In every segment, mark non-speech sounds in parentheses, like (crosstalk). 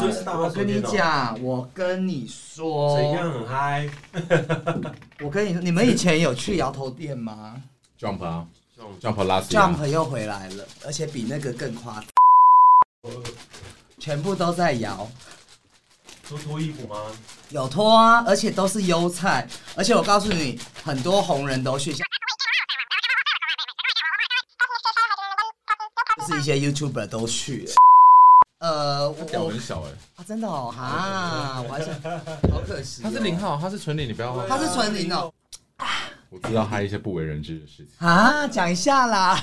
知道他我昨跟你天哦讲，我跟你怎说，样很嗨我跟你说，你们以前有去摇头店吗 Jump 啊，Jump 拉斯啊？Jump 又回来了，而且比那个更夸张，全部都在摇。都脱衣服吗？有脱啊，而且都是优菜，而且我告诉你，很多红人都去，像就是一些 YouTuber 都去了。呃，我他屌我很小哎，啊，真的哦，哈，我还想，好可惜、他哦是零，号，他是纯零，你不要忘他了。是纯零哦，我知道他一些不为人知的事情，啊，讲一下啦，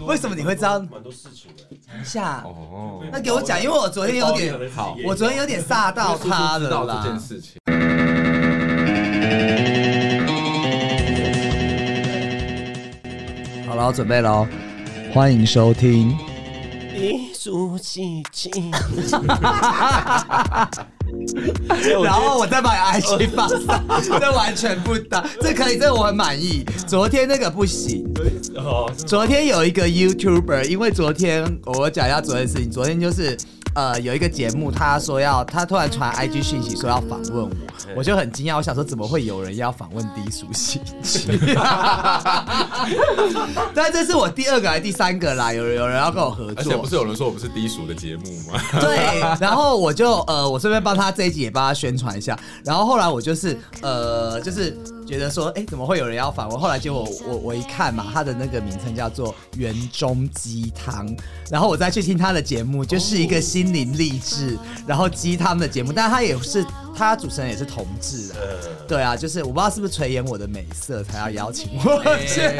为什么你会知道蛮多事情的，讲一下，哦，那给我讲，因为我昨天有点，好我昨天有点煞到他知了道这件啦。事情。好了，我准备喽，欢迎收听。艺术奇迹，然后我再把你 IG (laughs) 放上，这完全不搭，这可以，这我很满意。昨天那个不行，哦，昨天有一个 YouTuber，因为昨天我讲一下昨天的事情，昨天就是。呃，有一个节目，他说要，他突然传 IG 讯息说要访问我，我就很惊讶，我想说怎么会有人要访问低俗喜 (laughs) 剧？但这是我第二个还是第三个啦，有人有人要跟我合而且作不，是有人说我们是低俗的节目吗？对，然后我就呃，我顺便帮他这一集也帮他宣传一下。然后后来我就是呃，就是觉得说，哎，怎么会有人要访问？后来结果我我我一看嘛，他的那个名称叫做“园中鸡汤”，然后我再去听他的节目，就是一个心灵励志，然后鸡汤的节目，但他也是他主持人也是同志的。呃，对啊，就是我不知道是不是垂涎我的美色才要邀请我去， (laughs) 对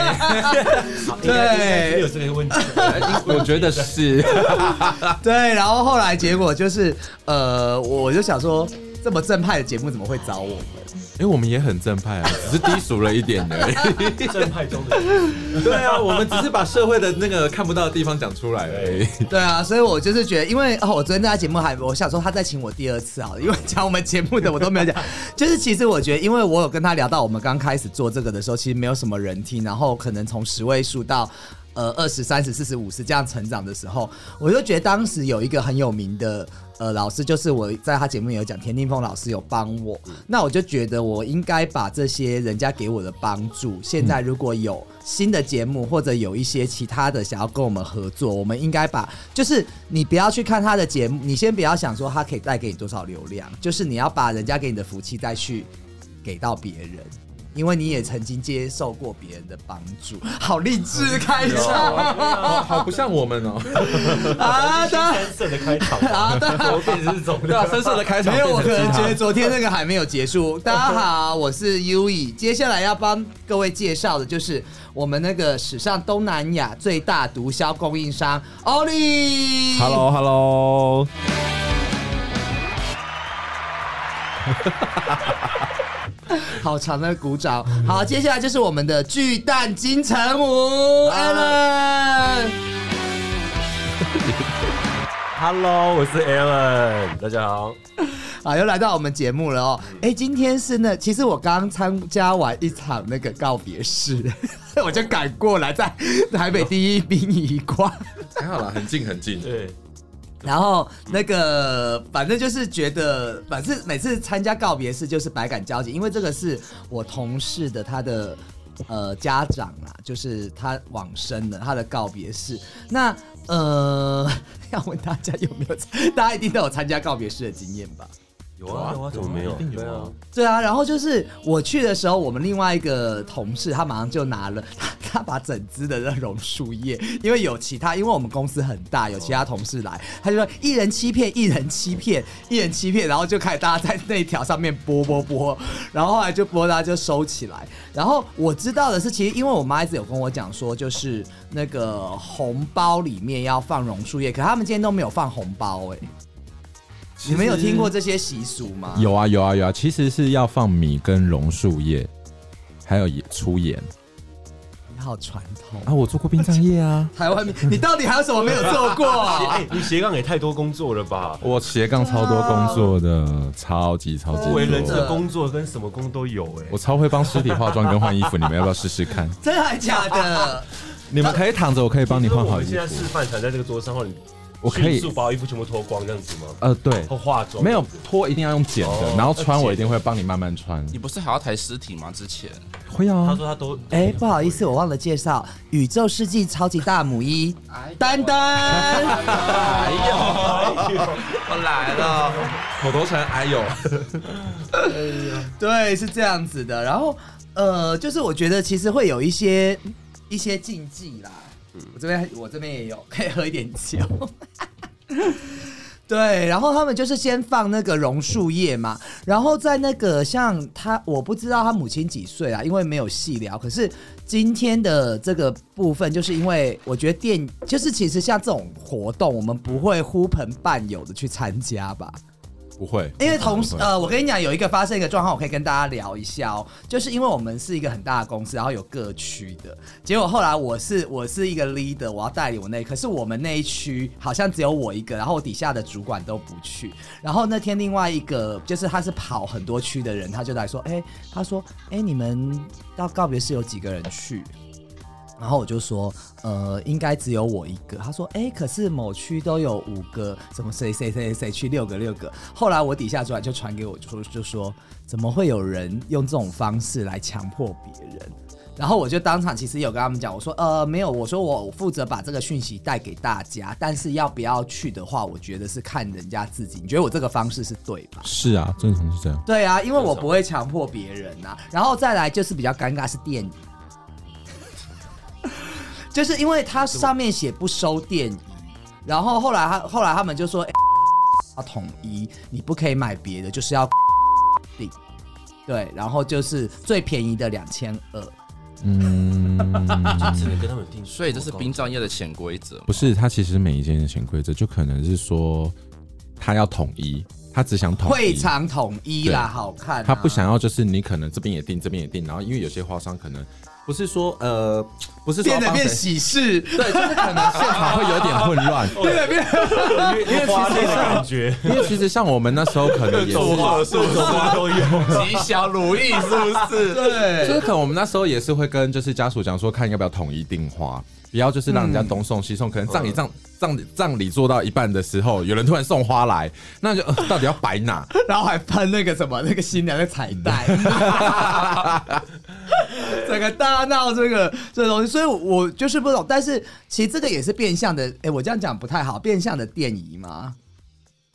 有，这个问题， (laughs) 我觉得 (laughs) 是，对，然后后来结果就是，呃，我就想说，这么正派的节目怎么会找我们？因为哎我们也很正派啊，只是低俗了一点而已。正派中的 (laughs) 对啊，我们只是把社会的那个看不到的地方讲出来而已。对啊，所以我就是觉得，因为哦，我昨天在他节目还，我想说他再请我第二次啊好了，因为讲我们节目的我都没有讲。就是其实我觉得，因为我有跟他聊到我们刚开始做这个的时候，其实没有什么人听，然后可能从十位数到。呃，二十三十四十五十这样成长的时候，我就觉得当时有一个很有名的呃老师，就是我在他节目有讲，田定峰老师有帮我，那我就觉得我应该把这些人家给我的帮助，现在如果有新的节目或者有一些其他的想要跟我们合作，我们应该把就是你不要去看他的节目，你先不要想说他可以带给你多少流量，就是你要把人家给你的福气再去给到别人。因为你也曾经接受过别人的帮助，好励志开场好 (laughs) 好不像我们哦， (laughs) 啊！当然三色的开场，啊，当然我变成是种对啊，深色的开场 (laughs) 没有，我可变成能鸡觉汤得昨天那个还没有结束。大家好，我是 U E，接下来要帮各位介绍的就是我们那个史上东南亚最大毒枭供应商 Oli。 Hello Hello，好长的鼓掌。好，接下来就是我们的巨蛋金城武 Alan。 Hello，我是 Alan，大家好。啊，又来到我们节目了哦。哎、今天是呢，其实我刚参加完一场那个告别式， (laughs) 我就赶过来，在台北第一殡仪馆。还好啦，很近很近。对，然后那个，反正就是觉得，反正每次参加告别式就是百感交集，因为这个是我同事的他的呃家长啦，就是他往生了，他的告别式。那呃， (laughs) 要问大家有没有参，大家一定都有参加告别式的经验吧？有啊有啊，怎么没有？一定有对啊啊，对啊，然后就是我去的时候，我们另外一个同事他马上就拿了 (laughs) 他他把整支的那榕树叶，因为有其他，因为我们公司很大，有其他同事来，他就说一人欺骗，一人欺骗，一人欺骗，然后就开始大家在那条上面播播播，然后后来就播，大家就收起来。然后我知道的是，其实因为我妈一直有跟我讲说，就是那个红包里面要放榕树叶，可他们今天都没有放红包哎、你们有听过这些习俗吗？有啊有啊有啊，其实是要放米跟榕树叶，还有盐粗盐你好传统。啊。我做过殡葬业啊，台湾 (laughs) 民，你到底还有什么没有做过、哎，你斜杠也太多工作了吧？我斜杠超多工作的，超级超级不为人知多。的工作跟什么工都有哎我。超会帮尸体化妆跟换衣服，你们要不要试试看？真的还假的？ (laughs) 你们可以躺着，我可以帮你换好衣就是我们现在示服。范躺在这个桌上，然后你我可以迅速把我衣服全部脱光这样子吗？呃对，或化妆？没有脱一定要用剪哦的，然后穿我一定会帮你慢慢穿。你不是还要抬尸体吗？之前会他啊，说他都 (laughs) 哎、不好意思，我忘了介绍，宇宙世纪超级大母一丹 (laughs) 丹，哎呦，我来了，口头禅，哎呦，对，是这样子的。然后呃，就是我觉得其实会有一些一些禁忌啦。我这边我这边也有， (laughs) 可以喝一点酒。 (laughs) 对，然后他们就是先放那个榕树叶嘛，然后在那个像他，我不知道他母亲几岁啦，因为没有细聊。可是今天的这个部分，就是因为我觉得电，就是其实像这种活动，我们不会呼朋伴友的去参加吧。不会，因为同时，呃，我跟你讲，有一个发生一个状况，我可以跟大家聊一下哦。就是因为我们是一个很大的公司，然后有各区的，结果后来我是我是一个 leader，我要带领我那，可是我们那一区好像只有我一个，然后我底下的主管都不去。然后那天另外一个就是他是跑很多区的人，他就来说，哎、他说，哎、你们要告别式有几个人去？然后我就说，呃，应该只有我一个。他说，哎、可是某区都有五个，什么谁谁谁谁谁去六个六个。后来我底下主管就传给我，就就说，怎么会有人用这种方式来强迫别人？然后我就当场其实有跟他们讲，我说，呃，没有，我说我负责把这个讯息带给大家，但是要不要去的话，我觉得是看人家自己。你觉得我这个方式是对吧？是啊，正常是这样。对啊，因为我不会强迫别人呐、然后再来就是比较尴尬是电影， (laughs) 就是因为它上面写不收电影，然后后来他后来他们就说、哎，要统一，你不可以买别的，就是要 (laughs) 定。对，然后就是最便宜的两千二，嗯，只能跟他们定数，所以这是殡葬业的潜规则。不是，他其实每一件的潜规则就可能是说他要统一，他只想统会一。场统一啦，对好看啊、他不想要，就是你可能这边也定，这边也定，然后因为有些花商可能不是说呃，不是说变要得帮变谁喜事，对，就是可能现场会有点混乱，因为花那个感觉，因为其实像我们那时候 (laughs) 可能也种是，花树种花都有。 (laughs) 吉祥如意是不是？就 (laughs) 对，是可能我们那时候也是会跟就是家属讲说，看要不要统一订花，不要就是让人家东送西送，可能葬礼葬葬礼葬礼做到一半的时候，有人突然送花来，那就、呃到底要摆哪？ (laughs) 然后还喷那个什么那个新娘的彩带，整个大闹这个这东西，所以我我就是不懂。但是其实这个也是变相的，哎、我这样讲不太好，变相的电影嘛。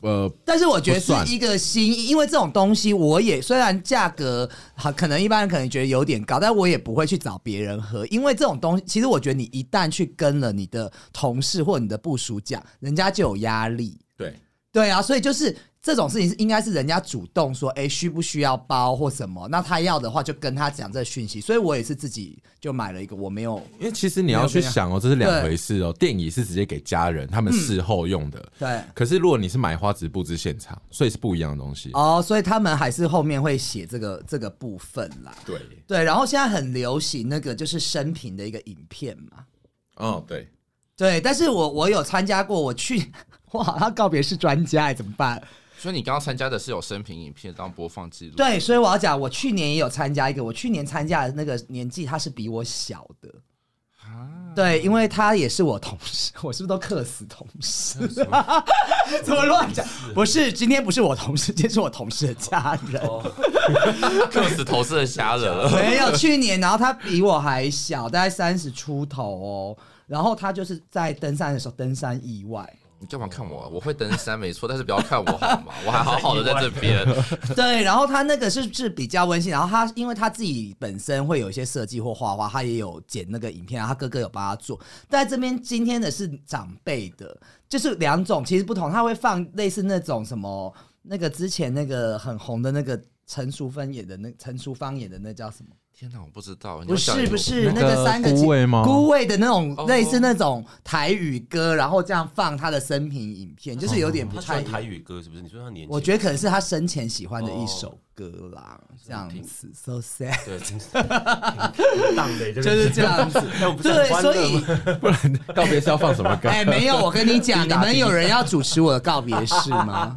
呃，但是我觉得不算是一个新意，因为这种东西我也虽然价格好，可能一般人可能觉得有点高，但我也不会去找别人喝，因为这种东西，其实我觉得你一旦去跟了你的同事或你的部属讲，人家就有压力。对，对啊，所以就是这种事情是应该是人家主动说，哎、需不需要包或什么？那他要的话就跟他讲这个讯息。所以我也是自己就买了一个，我没有因为其实你要去想哦，这是两回事哦。电椅是直接给家人他们事后用的，对可是如果你是买花只布置现场，所以是不一样的东西。哦，所以他们还是后面会写这个这个部分啦。对，对，然后现在很流行那个就是生平的一个影片嘛。哦对，对，但是我我有参加过，我去， (laughs) 我好像告别是专家哎，怎么办？所以你刚刚参加的是有生平影片当播放记录，对，所以我要讲，我去年也有参加一个，我去年参加的那个年纪他是比我小的。对，因为他也是我同事， (laughs) 我是不是都克死同事？ (laughs) 怎么乱讲？不是，今天不是我同事，今天是我同事的家人。客死投射的虾人 (laughs) 了。 (laughs) 没有，去年，然后他比我还小，大概三十出头哦。然后他就是在登山的时候登山意外，你干嘛看我、啊？我会登山没错，但是不要看我好吗？我还好好的在这 (laughs) 边。对，然后他那个是是比较温馨，然后他因为他自己本身会有一些设计或画画，他也有剪那个影片，然后他哥哥有帮他做。但这边今天的是长辈的，就是两种其实不同，他会放类似那种什么那个之前那个很红的那个陈淑芬演的那陈淑芳演的那叫什么？天哪，我不知道，你不要讲是嗯给我不，是那那个个三个孤亲味吗孤味的那种哦类似那种台语歌，然后这样放他的生平影片，就是有点不他喜太欢。台语歌是不是？你说他年纪，我觉得可能是他生前喜欢的一首歌啦，这样子，so sad，对，真是荡的，就就是这样 (laughs) 子。对，所以不然 (laughs) 告别是要放什 (laughs) 么歌？ (laughs) 哎，没有，我跟你讲，你们有人要主持我的告别式吗？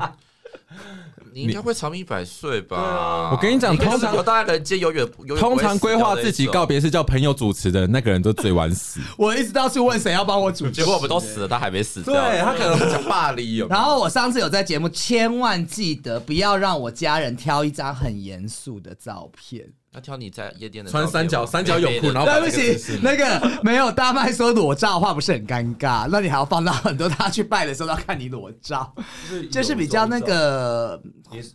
你应该会长命百岁吧？我跟你讲应该通是常有大爱人间，永远永远不会通常死掉规划那一自己种告，别式叫朋友主持的那个人都最晚死。 (laughs) 我一直到处问谁要帮我主持，结果我们都死了，他还没死掉。对他可能会讲霸凌有没有然后我上次有在节目，千万记得不要让我家人挑一张很严肃的照片。他挑你在夜店的穿照片三角吗三角泳裤然后对不起，那个没有大麦说裸照的话不是很尴尬，那你还要放到很多他去拜的时候都要看你裸照，就是比较那个也是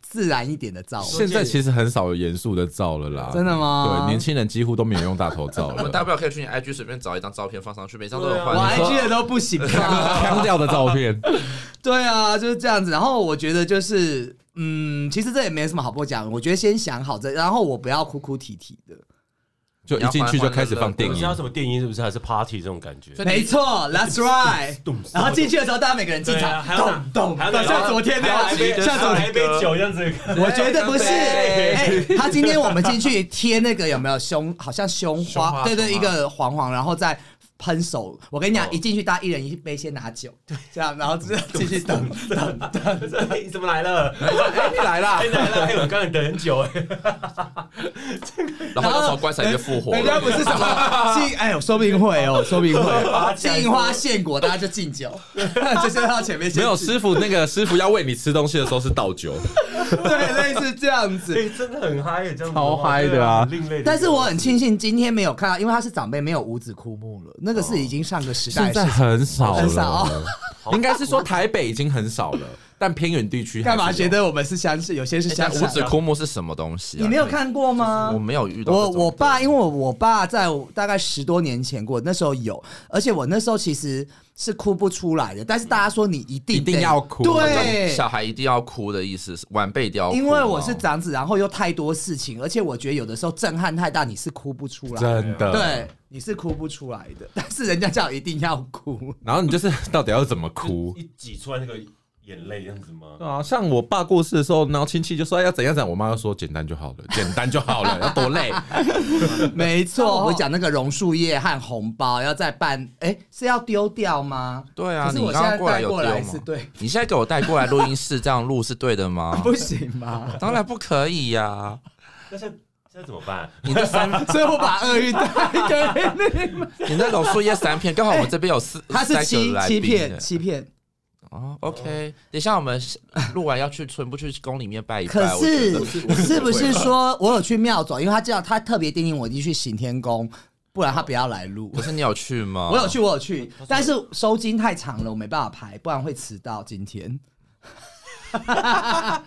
自然一点的照。现在其实很少有严肃的照了啦，真的吗对，年轻人几乎都没有用大头照 (laughs) 我们大了，不了可以去你 IG 随便找一张照片放上去，每张都对有啊 (laughs) 换。我你说 IG 的都不行吧？腔调的照片。对啊，就是这样子。然后我觉得就是，嗯，其实这也没什么好不讲。我觉得先想好这，然后我不要哭哭啼啼的。就一进去就开始放电你知道影，什么电音是不是？还是 party 这种感觉？所以你没错，That's (laughs) right。然后进去的时候，大家每个人进对啊场，还要打咚咚，还要打像昨天那还要来一杯样，像昨还要来天。一杯酒这样子。我觉得不是，对哎、他今天我们进去贴那个有没有胸，好像胸胸花，花对对，一胸花个黄黄，然后再喷手。我跟你讲，哦一进去大家一人一杯，先拿酒，这样，然后直接继续等 (laughs) 等等。哎你怎么来了？哎，你来啦哎，！来了！哎，我刚刚等很久哎。然后又从棺材里面复活人家了。不是什 (laughs) 么进，哎呦，说不定会哦，说不定 (laughs) 会起来进花献果，大家就敬酒， (laughs) 就是到前面先没有敬师傅那个师傅要喂你吃东西的时候是倒酒，对，类似这样 (laughs) 子。哎，真的很嗨耶，这样子超哇嗨的对啊很另类的。但是我很庆幸今天没有看到，因为他是长辈，没有五子枯木了，那个是已经上个时代的现在事情。很少很少哦了， (laughs) 应该是说台北已经很少 (laughs) 了，但偏远地区还干是嘛有觉？得我们是乡下，有些是哎乡但五下指？枯木是什么东西啊？你没有看过吗我？没有遇到这我种的。我爸，因为我我爸在我大概十多年前过，那时候有，而且我那时候其实是哭不出来的，但是大家说你一定一定得要哭对，小孩一定要哭的意思是晚辈一定要哭吗。因为我是长子，然后又太多事情，而且我觉得有的时候震撼太大，你是哭不出来的，真的。对，你是哭不出来的。但是人家叫一定要 (laughs) 哭，然后你就是到底要怎么哭？一挤出来那个眼泪这样子吗？对啊，像我爸过世的时候，然后亲戚就说哎要怎样怎样，我妈就说简单就 (laughs) 好了，简单就好了，要 (laughs) 多累？没错。我讲那个榕树叶和红包要再办，哎，是要丢掉吗？对啊可是你我现刚刚在过来带有过丢来吗是对，你现在给我带过来录音室这样录是对的吗？ (laughs) 啊不行吗？当然不可以呀、那现在现在怎么办？你那三所以我把鳄鱼带给你们，你那种树叶三片，刚好我们这边 (laughs) 有四，它是三个欺来欺宾骗的欺骗。哦，OK，等一下我们录完要去全部去宫里面拜一拜。可我觉是得是不是说我有去庙走？因为他知道他特别叮咛我一定去行天宫，不然他不要来录可。是你有去吗？我有去，我有去，但是收金太长了，我没办法排，不然会迟到。今天啊，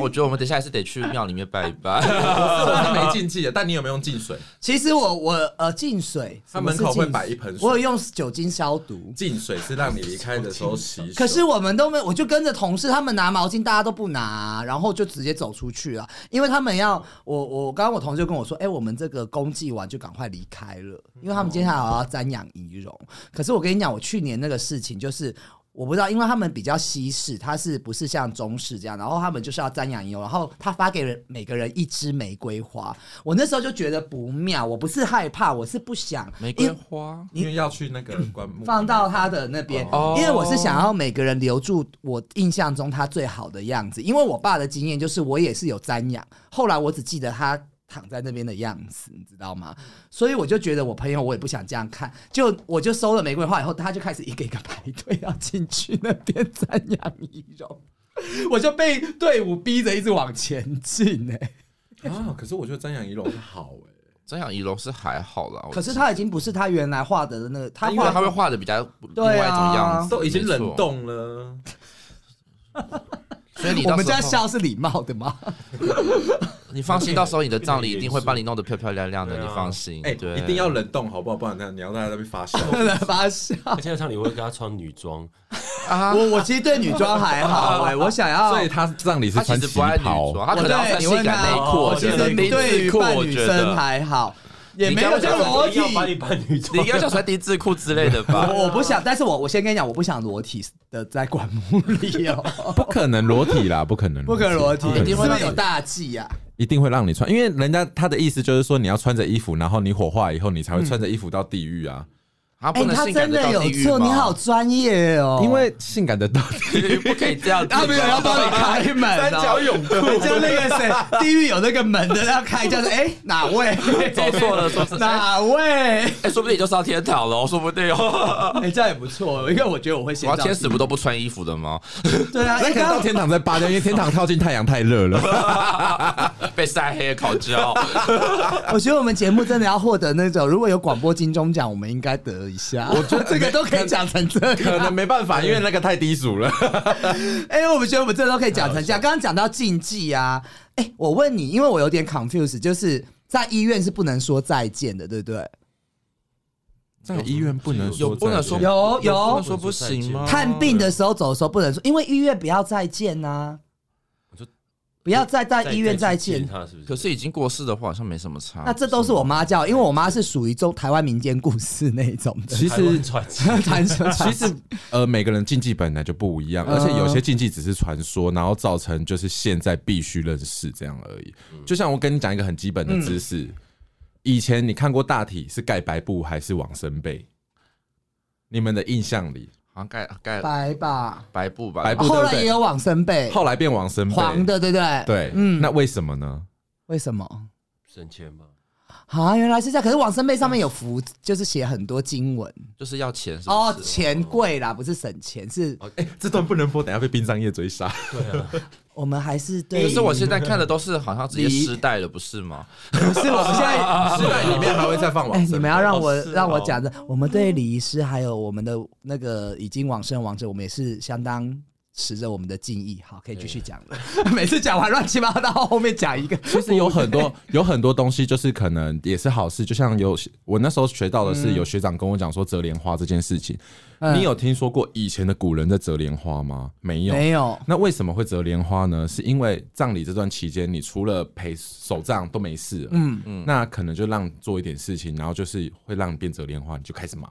我觉得我们等一下还是得去庙里面拜一拜。我是没禁忌啊 (laughs) 的，但你有没有用净水？其实我我呃进水，他门什么是口会进摆一盆水我有用酒精消毒。净水是让你离开的时候洗手。可是我们都没，我就跟着同事他们拿毛巾，大家都不拿，然后就直接走出去了，因为他们要我我刚刚我同事就跟我说，哎、我们这个公祭完就赶快离开了，因为他们接下来要瞻仰仪容。可是我跟你讲，我去年那个事情就是。我不知道，因为他们比较西式，它是不是像中式这样？然后他们就是要瞻仰仪容，然后他发给人每个人一支玫瑰花。我那时候就觉得不妙，我不是害怕，我是不想玫因瑰花，因为要去那个棺木放到他的那边，哦因为我是想要每个人留住我印象中他最好的样子。因为我爸的经验就是我也是有瞻仰，后来我只记得他躺在那边的样子，你知道吗？所以我就觉得我朋友我也不想这样看，就我就收了玫瑰花以后，他就开始一个一个排队要进去那边瞻仰仪容。 (laughs) 我就被队伍逼着一直往前进哎、啊！可是我觉得瞻仰仪容是好哎、瞻仰仪容是还好啦，我可是他已经不是他原来画的那个，他因为画啊他会画的比较另外一种样子， (laughs) 都已经冷没错，冻了。所以你我到们时家候笑是礼貌的吗？你放 (laughs) 心，到时候你的葬礼一定会帮你弄得漂漂亮亮的，对你啊放心。哎、对，一定要冷冻好不好？不然那你要在那边发酵。(laughs) 哦来发笑。而且唱礼我会给他穿女装，啊。我我其实对女装还好哎、我想要所以他葬礼是他其穿实旗不爱女袍，装，他可能要对穿你性问感内他裤，我我其觉实得对丁于字裤，扮我女觉得生还好，也你没刚有哎刚叫讲裸我一体定。要把你扮女你装应。该想穿丁字裤之类的吧？我我不想，但是我我先跟你讲，我不想裸体的在棺木里哦，不可能裸体啦，不可能，不可裸体，一是定不会是有大忌啊？一定会让你穿，因为人家他的意思就是说你要穿着衣服，然后你火化以后，你才会穿着衣服到地狱啊。啊，哎、不能他性感真的到有地狱做，吗你 (laughs) 好专业哦。因 (laughs) 为性感的到底，不可以这样子吧，他没有要帮你开门、哦，泳裤，人家那个谁，地狱有那个门的要开，就是哎、哪 (laughs) 位走错了， (laughs) 说是哎，哪位？哎说不定你就上天堂了，说不定哦。哎、这样也不错，因为我觉得我会先哇，到天使不都不穿衣服的吗？ (laughs) 对啊，那哎可能到刚天堂再扒掉，因为天堂靠近太阳太热了。被晒黑的烤焦， (laughs) (laughs) 我觉得我们节目真的要获得那种，如果有广播金钟奖，我们应该得一下。我觉得这个都可以讲成这可 (laughs) 样。能没办法，因为那个太低俗了。哎、我们觉得我们这都可以讲成这样。刚刚讲到禁忌啊，哎、我问你，因为我有点 confused，就是在医院是不能说再见的，对不对？在医院不能有不能再说见有不有能，说不行吗？看病的时候走的时候不能说，因为医院不要再见呐、我就不要再在在医院再见见。他是不可是？是已经过世的话，好像没什么差。那这都是我妈教，因为我妈是属于中台湾民间故事那一种 (laughs) 的。其台湾实传奇传 (laughs) 说， (laughs) 其实呃，每个人禁忌本来就不一样，嗯而且有些禁忌只是传说，然后造成就是现在必须认识这样而已。嗯就像我跟你讲一个很基本的知识，以前你看过大体是盖白布还是往生被？你们的印象里，好像盖盖白吧，白布吧，白布后对不来也对？有往生被，后来变往生被，黄的，对不对？对，嗯那为什么呢？为什么？省钱吧。啊，原来是这样。可是往生被上面有符，就是写很多经文就是要钱是不是哦，钱贵啦，不是省钱，是哎、这段不能播，等下被殡葬业追 (laughs) 杀。我们还是对于。可是我现在看的都是好像直接失带了，不是吗？不是我们现在时代啊里面还会再放往哎，生你被们要让我哦是哦让我讲的，我们对礼仪师还有我们的那个已经往生的亡者，我们也是相当持着我们的敬意。好，可以继续讲了。每次讲完乱七八糟，后面讲一个。其实有很多 (laughs) 有很多东西，就是可能也是好事。就像有我那时候学到的是，有学长跟我讲说折莲花这件事情，嗯你有听说过以前的古人在折莲花吗？没有。没有，那为什么会折莲花呢？是因为葬礼这段期间，你除了陪守葬都没事了，嗯，那可能就让做一点事情，然后就是会让你变折莲花，你就开始忙，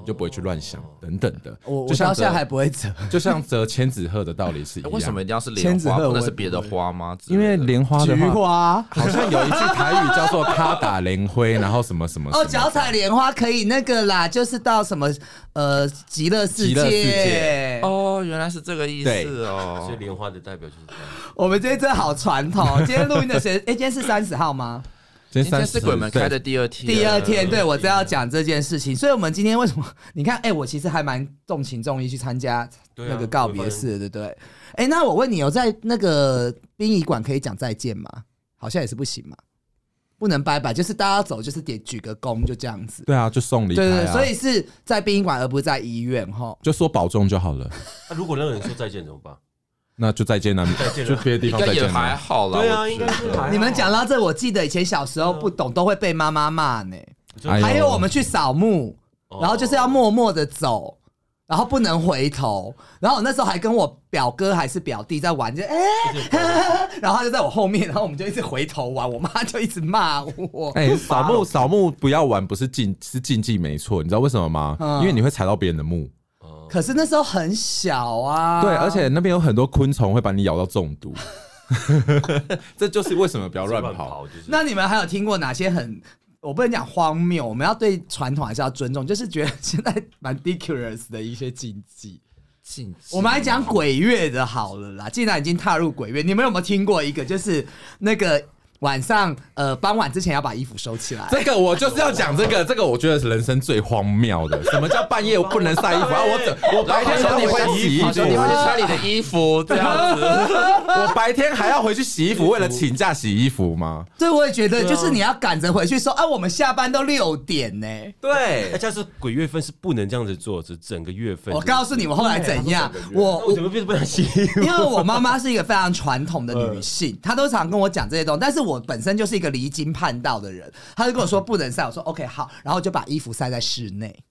你就不会去乱想等等的。哦我我就像到现在折还不会折。就像折千纸鹤的道理是一哎样。为什么？一定要是千莲纸花，鹤不我能也是别的花吗？之因类的为莲花菊的话，花好像有一句台语叫做“卡打莲灰”，然后什么什么哦，什么脚踩莲花可以那个啦，就是到什么呃极乐世极乐世界界。哦，原来是这个意思哦所以。莲花的代表就是这样。我们今天真的好传统。今 (laughs) 天录音的时间，哎，今天是三十号吗？今今天是鬼门开的第二天，第二天，对我正要讲这件事情，所以我们今天为什么？你看，哎、我其实还蛮重情重义去参加对啊那个告别式的，对不对？哎、那我问你，有在那个殡仪馆可以讲再见吗？好像也是不行嘛，不能拜拜，就是大家走，就是点举个躬，就这样子。对啊，就送离对开、啊。对对，所以是在殡仪馆，而不是在医院，哈。就说保重就好了。那啊如果那个人说再见怎么办？那就再见 (laughs) 了，见了就别的地应方该再也见还了。好啦。对啊我觉得应该是还好你们讲到这，我记得以前小时候不懂，都会被妈妈骂呢。哎呦还有我们去扫墓，然后就是要默默的走，然后不能回头。然后我那时候还跟我表哥还是表弟在玩，就哎、然后他就在我后面，然后我们就一直回头啊玩，我妈就一直骂 (laughs) 我。哎、扫墓扫墓不要玩，不是禁是禁忌没错，你知道为什么吗？嗯因为你会踩到别人的墓。可是那时候很小啊，对，而且那边有很多昆虫会把你咬到中毒。 (laughs) 这就是为什么不要乱乱跑。 (laughs) 跑，就是那你们还有听过哪些很？我不能讲荒谬，我们要对传统还是要尊重，就是觉得现在蛮 ridiculous 的一些禁忌。禁忌我们来讲鬼月的好了啦，既然已经踏入鬼月，你们有没有听过一个，就是那个晚上呃傍晚之前要把衣服收起来？这个我就是要讲这个，这个我觉得是人生最荒谬的。什么叫半夜不能晒衣服啊？我怎我白好天兄还弟要会回去洗衣好服兄，弟会去穿你的衣服，这样子我白天还要回去洗衣服，为了请假洗衣服吗？对，我也觉得就是你要赶着回去说，啊，我们下班都六点呢、 (laughs) 对，加上哎鬼月份是不能这样子做，只整个月份。我告诉你，我后来怎样，我那我怎么变成不能洗衣服？ (laughs) 因为我妈妈是一个非常传统的女性，她都常跟我讲这些东西，但是我本身就是一个离经叛道的人，她就跟我说不能晒，我说 OK 好，然后就把衣服晒在室内，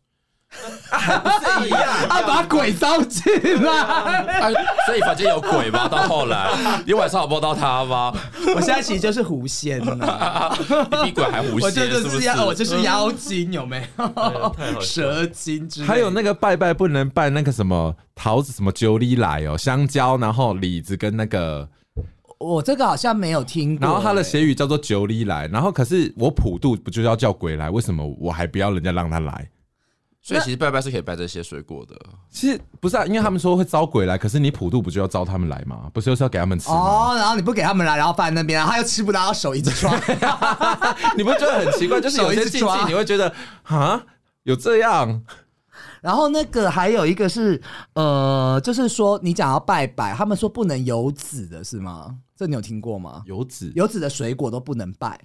啊，把鬼招进来。 (laughs) 哎所以房间有鬼吗？到后来，你晚上有摸到他吗？啊我现在其实就是狐仙啊呐，你比鬼还无我邪，这是就不是是？嗯哎妖，我就是妖精，有没 (laughs) 有？蛇精之类的 (laughs) 还有那个拜拜不能拜那个什么桃子什么九里来哦，香蕉，然后李子跟那个，我这个好像没有听过。欸然后它的谐语叫做九里来，然后可是我普渡不就要叫鬼来，为什么我还不要人家让他来？所以其实拜拜是可以拜这些水果的。其实不是啊，因为他们说会招鬼来，可是你普渡不就要招他们来吗？不是就是要给他们吃吗？哦，然后你不给他们来，然后放在那边，然后他又吃不到，手一直 (laughs) 抓。 (laughs) 你不觉得很奇怪？就是有手些禁一直忌抓你会觉得啊，有这样然后那个还有一个是，呃，就是说你讲要拜拜，他们说不能有籽的是吗？这你有听过吗？有籽有籽的水果都不能拜。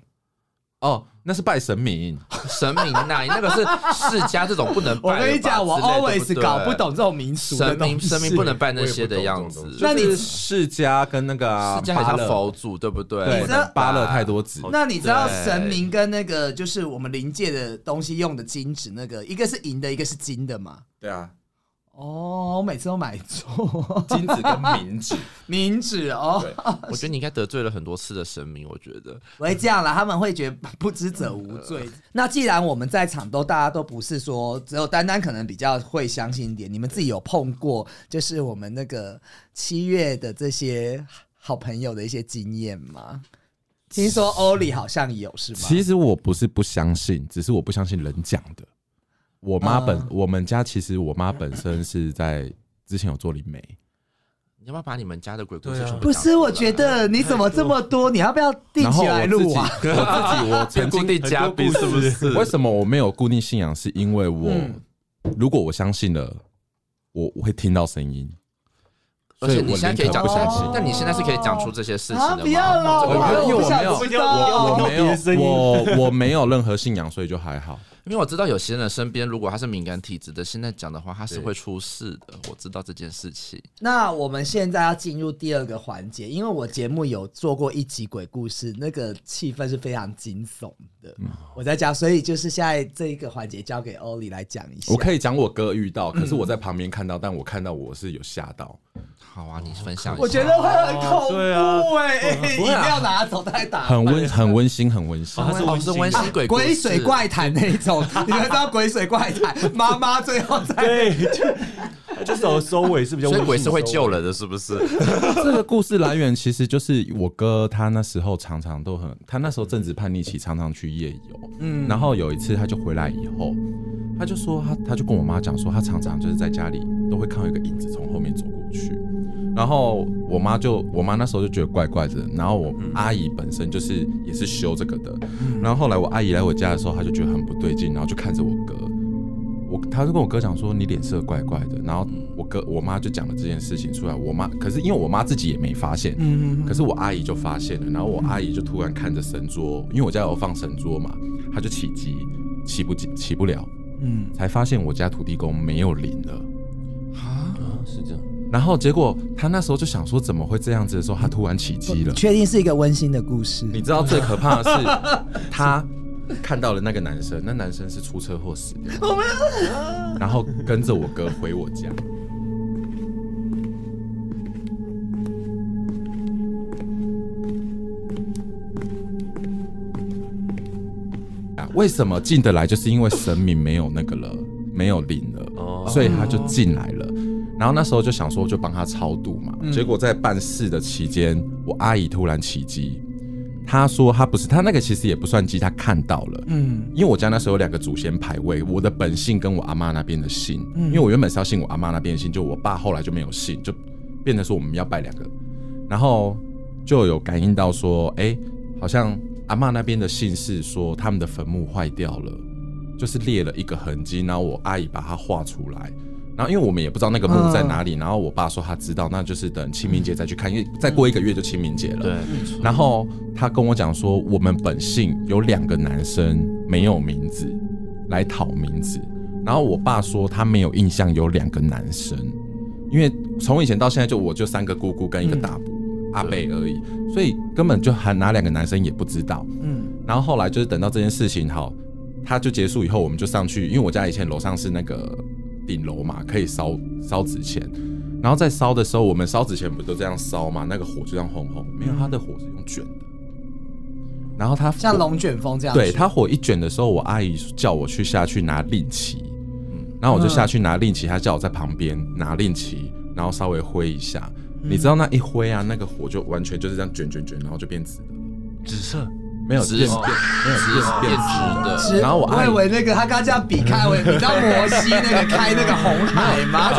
哦，那是拜神明。神明呐、你那个是世家这种不能拜我的吧。跟你讲，我之类的 always 搞不。对懂这种民俗的神东明，西。神明不能拜那我也不些的懂样这种东。子那你就是世家跟那个啊世家很芭像乐佛祖，对不对？对哦你知道芭乐太多籽，那你知道对神明跟那个就是我们临界的东西用的金纸，那个一个是银的，一个是金的嘛？对啊，哦，我每次都买错 (laughs) 金子跟明子，冥纸哦，我觉得你应该得罪了很多次的神明。我觉得我会这样啦，他们会觉得不知者无罪。那既然我们在场都大家都不是说只有丹丹可能比较会相信一点，你们自己有碰过就是我们那个七月的这些好朋友的一些经验吗？听说欧里好像有是吗？ (laughs) 其实我不是不相信，只是我不相信人讲的。我妈本、嗯我们家其实我妈本身是在之前有做灵媒，你要不要把你们家的鬼故事对啊全部不讲出来是，我觉得你怎么这么多？你要不要定然后起我来自己录啊？我自己 (laughs) 我曾变固经定 (laughs) 嘉宾是不是？ (laughs) 为什么我没有固定信仰，是因为我、嗯如果我相信了，我我会听到声音，而所以且我你现在宁可以可讲不相信。但你现在是可以讲出这些事情啊，的不要了，吗？我觉得因为我不想没有知道我我没有别的声音我我没有任何信仰，所以就还好。因为我知道有些人身边，如果他是敏感体质的，现在讲的话，他是会出事的。我知道这件事情。那我们现在要进入第二个环节，因为我节目有做过一集鬼故事，那个气氛是非常惊悚的。我在讲，所以就是现在这一个环节交给欧里来讲一下。我可以讲我哥遇到，可是我在旁边看到，但我看到我是有吓到。好啊，你分享一下。我觉得会很恐对啊怖哎、欸，一定要拿走再打。 (laughs) 很温很温馨，很温 (laughs) 馨。它是哦温是馨温的馨鬼故事鬼水怪谈那一种，你们知道鬼水怪谈，妈妈最后 (laughs) 在对，就 (laughs) 就是有收尾是比较所以温鬼馨是会的收救尾人的，是不是？这个故事来源其实就是我哥他那时候常常都很，他那时候正值叛逆期，常常去夜游。嗯，然后有一次他就回来以后，他就说他他就跟我妈讲说，他常常就是在家里都会看到一个影子从后面走过去。然后我妈就，我妈那时候就觉得怪怪的。然后我阿姨本身就是也是修这个的。然后后来我阿姨来我家的时候，她就觉得很不对劲，然后就看着我哥。我她就跟我哥讲说你脸色怪怪的。然后我哥我妈就讲了这件事情出来。我妈可是因为我妈自己也没发现，可是我阿姨就发现了。然后我阿姨就突然看着神桌，因为我家有放神桌嘛，她就起急，起不起起不了，嗯，才发现我家土地公没有灵了。啊，是这样。然后结果他那时候就想说怎么会这样子的时候，他突然起机了。确定是一个温馨的故事。你知道最可怕的是，他看到了那个男生，那男生是出车祸死掉，然后跟着我哥回我家。啊为什么进得来？就是因为神明没有那个了，没有灵了，所以他就进来了。然后那时候就想说，就帮他超度嘛。结果在办事的期间，我阿姨突然起机，她说她不是，她那个其实也不算机，她看到了。嗯，因为我家那时候有两个祖先牌位，我的本姓跟我阿妈那边的姓，因为我原本是要信我阿妈那边的姓，就我爸后来就没有信，就变成说我们要拜两个，然后就有感应到说，哎、好像阿妈那边的姓氏说他们的坟墓坏掉了，就是裂了一个痕迹，然后我阿姨把它画出来。然后，因为我们也不知道那个墓在哪里，然后我爸说他知道，那就是等清明节再去看，因为再过一个月就清明节了。对，没错。然后他跟我讲说，我们本姓有两个男生没有名字，来讨名字。然后我爸说他没有印象有两个男生，因为从以前到现在就我就三个姑姑跟一个大嗯伯、阿贝而已，所以根本就还哪两个男生也不知道。嗯，然后后来就是等到这件事情好，它就结束以后，我们就上去，因为我家以前楼上是那个顶楼嘛，可以烧烧纸钱。然后在烧的时候，我们烧纸钱不都这样烧嘛？那个火就这样红红，没有，它的火是用卷的。然后它火像龙卷风这样。对，它火一卷的时候，我阿姨叫我去下去拿令旗，然后我就下去拿令旗，她叫我在旁边拿令旗，然后稍微挥一下。你知道那一挥啊，那个火就完全就是这样卷卷卷，然后就变紫的。紫色，哦没有直变变 (laughs) 直变直的，直然后我我阿姨以为那个他刚刚这样比开，我以为你知道摩西那个开那个红海吗？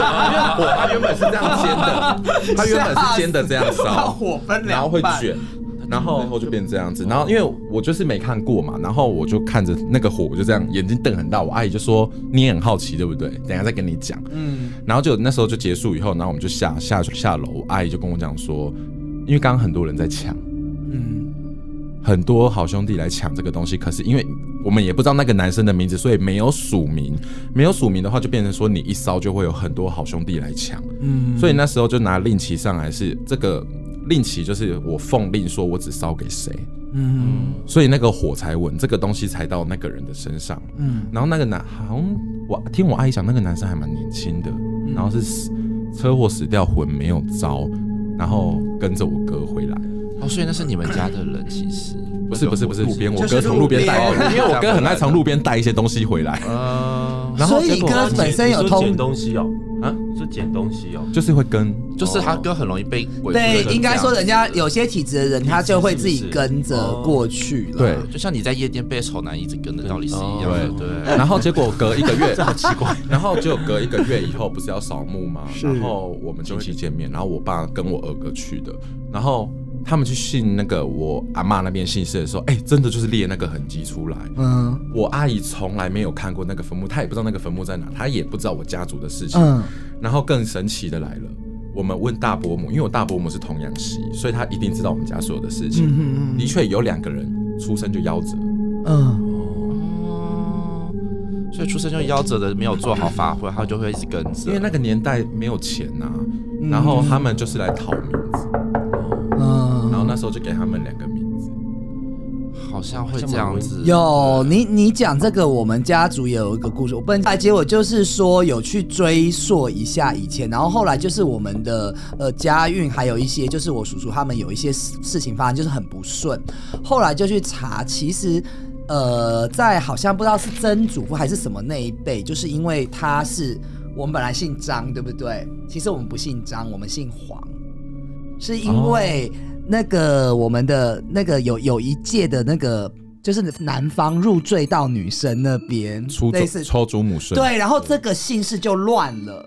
火它原本是这样煎 (laughs) 的，它原本是煎的这样把烧，火分然后两会半，卷，然后后就变这样子。然后因为我就是没看过嘛，然后我就看着那个火，我就这样眼睛瞪很大。我阿姨就说：“你也很好奇对不对？等一下再跟你讲。”嗯，然后就那时候就结束以后，然后我们就下下下楼，我阿姨就跟我讲说，因为刚刚很多人在抢。嗯，很多好兄弟来抢这个东西，可是因为我们也不知道那个男生的名字，所以没有署名。没有署名的话，就变成说你一烧就会有很多好兄弟来抢。嗯，所以那时候就拿令旗上来是，这个令旗就是我奉令说我只烧给谁。嗯，所以那个火才稳，这个东西才到那个人的身上。嗯，然后那个男好像我听我阿姨讲，那个男生还蛮年轻的，然后是死车祸死掉，魂没有招，然后跟着我哥回来。哦，所以那是你们家的人，其实不是不是不是，路边我就是哥从路路边带边，因为 (laughs) 我哥很爱从路边带一些东西回来，呃， (laughs) 然后所以结果哥本身有啊你偷说捡东西哦，啊啊，你说捡东西哦，就是会跟就是他哥很容易被鬼附对，的应该说人家有些体质的人，他就会自是己不是跟着过去了。哦对，就像你在夜店被丑男一直跟的道理是一样的，对对。然后结果隔一个月，好奇怪。然后就隔一个月以后，不是要扫墓吗？然后我们亲戚见面，然后我爸跟我二哥去的，然后他们去信那个我阿妈那边姓氏的时候，哎、真的就是列那个痕迹出来。嗯我阿姨从来没有看过那个坟墓，她也不知道那个坟墓在哪，她也不知道我家族的事情。嗯然后更神奇的来了，我们问大伯母，因为我大伯母是童养媳，所以她一定知道我们家所有的事情。嗯的确有两个人出生就夭折，嗯，哦所以出生就夭折的，没有做好法会，他就会一直跟着。因为那个年代没有钱呐、然后他们就是来讨名字，嗯然后那时候就给他们两个名字。好像会这样子。有你，你讲这个，我们家族也有一个故事。我本来结果就是说有去追溯一下以前，然后后来就是我们的呃家运，还有一些就是我叔叔他们有一些事事情发生，就是很不顺。后来就去查，其实。呃，在好像不知道是曾祖父还是什么那一辈，就是因为他是我们本来姓张，对不对？其实我们不姓张，我们姓黄。是因为那个我们的那个有有一届的那个就是男方入赘到女生那边，出类走似抽祖母孙，对，然后这个姓氏就乱了，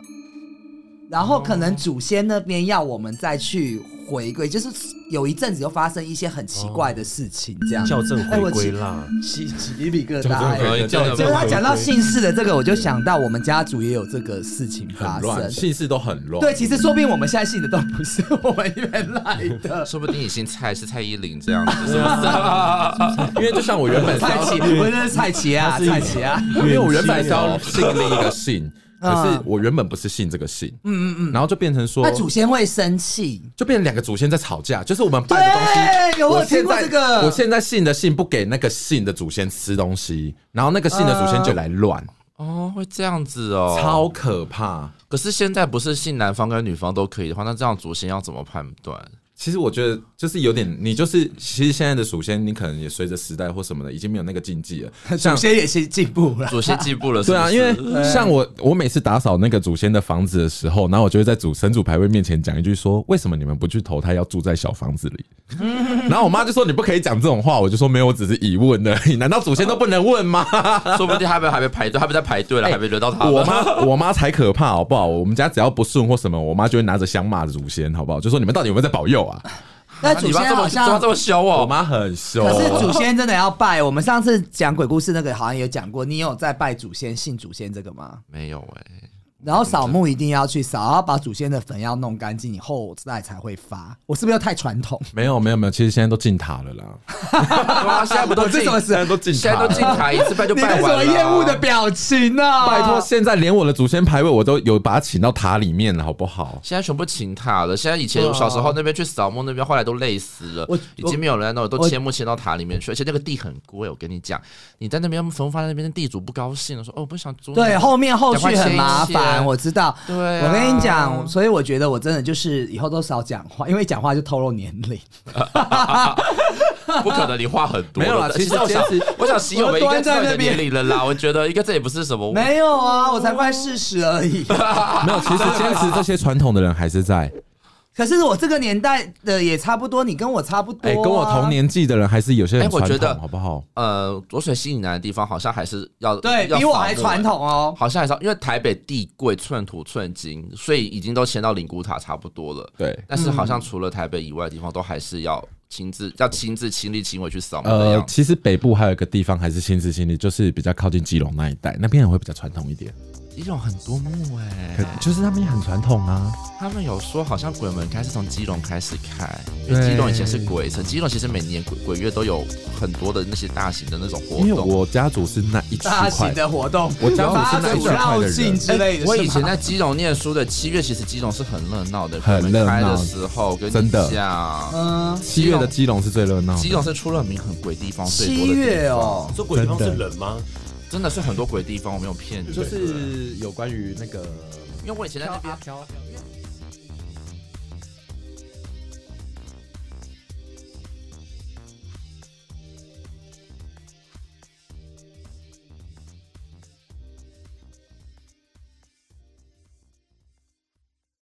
然后可能祖先那边要我们再去回归，就是有一阵子又发生一些很奇怪的事情，这样校正哎回我归起啦，起起鸡皮疙瘩。对，哎以叫就是他讲到姓氏的这个，我就想到我们家族也有这个事情发很生乱，。姓氏都很啊乱。对，其实说不定我们现在信的都不是我们原来的。说不定你姓蔡是蔡依林这样子， (laughs) 是哦因为就像我原本是蔡要奇，我认识蔡奇啊，蔡奇啊，因为我原本是要姓另一个姓，可啊是我原本不是姓这个姓，嗯嗯嗯，然后就变成说那，祖先会生气。就变成两个祖先在吵架，就是我们办的东西。对有我有现听过在这个我现在姓的姓不给那个姓的祖先吃东西，然后那个姓的祖先就来乱，哦，会这样子哦。呃超可怕。可是现在不是姓男方跟女方都可以的话，那这样祖先要怎么判 (laughs) 断？其实我觉得就是有点，你就是其实现在的祖先，你可能也随着时代或什么的，已经没有那个禁 (laughs) 忌了。祖像先也是进步了，祖先进步了是对不啊，是，因为哎像我，我每次打扫那个祖先的房子的时候，然后我就会在祖神主牌位面前讲一句说：“为什么你们不去投胎，要住在小房 (laughs) 子里？”然后我妈就说：“你不可以讲这种话。”我就说：“没有，我只是疑问而已。难道祖先都不能问吗 (laughs) 说不定他们还没排队，他们在排哎队了，还没轮到？”他我们。妈， (laughs) 我妈才可怕，好不好？我们家只要不顺或什么，我妈就会拿着香骂祖先，好不好？就说你们到底有没有在保佑啊？那祖你妈先这好么这么像这。么 (laughs) 凶我哦，妈很凶，可是祖先真的要拜，我们上次讲鬼故事那个好像有讲过，你有在拜祖先、信祖先这个吗？没有哎，然后扫墓一定要去扫，然后把祖先的坟要弄干净，以后再才会发。我是不是又太传统？没有没有没有，其实现在都进塔了啦，对啊，现在不都我这进什，么时候？都进现在都进台一次拜就你那拜什完么了。厌恶的表情啊？ (laughs) 拜托，现在连我的祖先牌位我都有把它请到塔里面了，好不好？现在全部请塔了。现在以前我小时候那边去扫墓那边，后来都累死了啊我，已经没有人在那，都迁墓迁到塔里面去。而且那个地很贵，我跟你讲，你在那边坟墓放在那边，地主不高兴了，说哦，我不想租你。对，后面后续很麻赶快切一烦，切我知道。对啊我跟你讲，所以我觉得我真的就是以后都少讲话，因为讲话就透露年龄。 (laughs) 不可能，你话很多。没有啦我其实我想其实，我想习友们应该到你的年龄了啦。我觉得应该这也不是什么。没有啊，我才快四十而已。没有，其实坚持这些传统的人还是在，可是我这个年代的也差不多，你跟我差不多、啊哎、跟我同。年纪的人还是有些哎人我传觉统，得好不好？呃，浊水吸引男的地方好像还是要对要比我防还护传欸统哦，好像还是要因为台北地贵寸土寸金，所以已经都迁到灵骨塔差不多了。对，但是好嗯像除了台北以外的地方，都还是要亲自要亲自亲力亲为去扫墓的呃样，子。其实北部还有一个地方还是新市心理，就是比较靠近基隆那一带，那边也会比较传统一点，基隆很多墓哎、可就是他们也很传统啊。他们有说好像鬼门开是从基隆开始开，因为基隆以前是鬼城，基隆其实每年鬼鬼月都有很多的那些大型的那种活因为动。哎我家族是那一区大块型，的活动，我家族发是那一出区块的绕境人。哎之类的。我是以前吗在基隆念书的七月，其实基隆是很热闹的，很鬼门开热闹的时候跟真你的讲，嗯，七月的基隆是最热闹的，基隆是出了名很鬼地方最多的七地方月哦，这鬼地方是人吗？真的是很多鬼地方，我没有骗你。就是有关于那个因为我以前在那边，飘飘因为